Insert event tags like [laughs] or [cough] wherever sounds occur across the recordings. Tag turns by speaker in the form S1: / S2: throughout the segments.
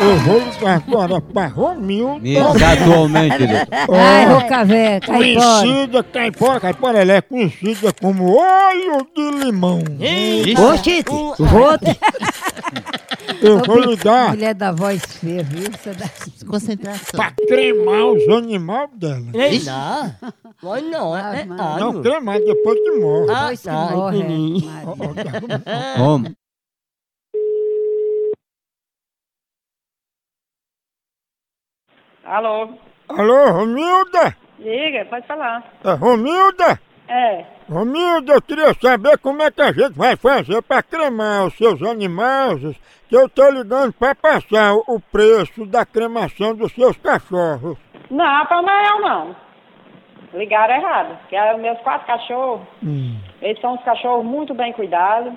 S1: eu vou ligar agora pra Romilda.
S2: Exatamente, diretor.
S3: [laughs] Ai, Rocavé, caipora.
S1: Conhecida, caipora, caipora, ela é conhecida como olho de limão.
S3: Ô, Chico, outro.
S1: Eu vou ligar
S3: Mulher da voz feia, viu? Você dá-
S4: Concentração.
S1: pra cremar os animais dela.
S5: Ei, não. Mas não, é, é
S1: Não
S5: alho.
S1: cremar depois que morre.
S5: Ah,
S3: Depois que
S5: tá,
S3: morre, é.
S5: entendi.
S1: Ó, ó, tá.
S2: Homem.
S6: Alô?
S1: Alô, Romilda?
S6: Liga, pode falar.
S1: É Romilda?
S6: É.
S1: Romilda, eu queria saber como é que a gente vai fazer pra cremar os seus animais, que eu tô ligando pra passar o o preço da cremação dos seus cachorros.
S6: Não, pra Mael não. Ligaram errado. Que é os meus quatro cachorros, eles são uns cachorros muito bem cuidados.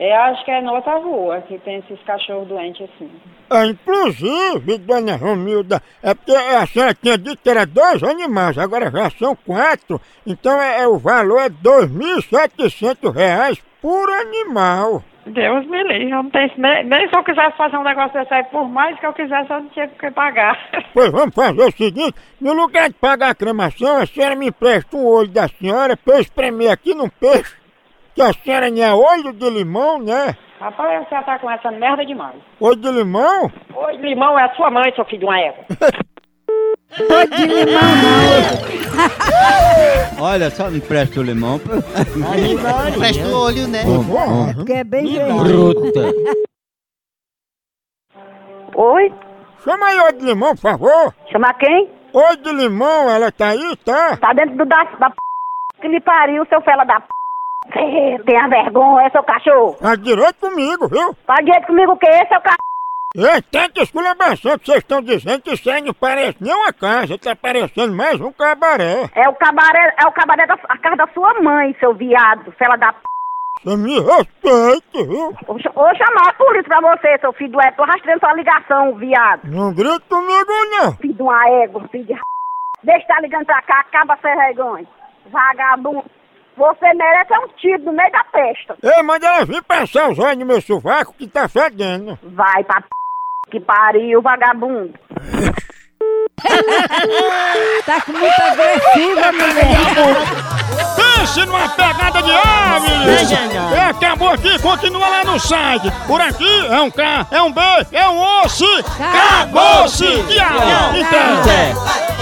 S6: Eu acho que é na outra rua que tem esses cachorros doentes assim.
S1: É, inclusive, dona Romilda, é porque a senhora tinha dito que era dois animais, agora já são quatro, então é, é- o valor é R$ 2.700 reais por animal.
S6: Deus me livre, eu não tenho, nem, nem se eu quisesse fazer um negócio desse aí, por mais que eu quisesse, eu não tinha que pagar.
S1: Pois vamos fazer o seguinte, no lugar de pagar a cremação, a senhora me empresta um olho da senhora pra eu espremer aqui num peixe, que a senhora não é olho de limão, né?
S6: Rapaz, você tá com essa merda demais.
S1: Olho de limão?
S6: Oi, limão é a sua mãe, seu filho de uma égua.
S3: Pode de limão, não.
S2: Olha, só me presta o limão.
S5: Aí, Maria.
S4: Presta o olho, né?
S2: Homem, homem.
S3: Porque é bem feio.
S2: Bruta.
S6: Oi,
S1: Chama aí olho de limão, por favor.
S6: chamar quem?
S1: Olho de limão, ela tá aí, tá?
S6: Tá dentro do da, da p... que me pariu, seu fela da p... Tenha vergonha, seu cachorro.
S1: Faz direito comigo, viu?
S6: Tá direito comigo o quê, seu cachorro?
S1: Ei, tanta esculambação que vocês estão dizendo que isso aí não parece nem uma casa, tá parecendo mais um cabaré.
S6: É o cabaré, é o cabaré da a casa da sua mãe, seu viado, fela da p...
S1: Você me respeita, viu?
S6: Vou ch- vou chamar a polícia pra você, seu filho do égua. Tô rastreando sua ligação, viado.
S1: Não grita comigo, não.
S6: Filho de uma égua, filho de r... Deixa tá ligando pra cá, acaba sem vergonha. Vagabundo. Você merece é um tiro no meio da testa.
S1: Ei, manda ela vir passar os olhos no meu sovaco que tá fedendo.
S6: Vai pra p... que pariu, vagabundo.
S3: Tá com muita agressiva, mulher.
S1: Pense numa pegada de ave!
S5: Veja, não.
S1: É, acabou aqui, continua lá no site. Por aqui é um K, é um B, é um osso.
S3: Acabou-se.
S1: Acabou-se! Tchau!
S2: Tchau.
S1: Então.
S2: É.
S4: Vai, vai.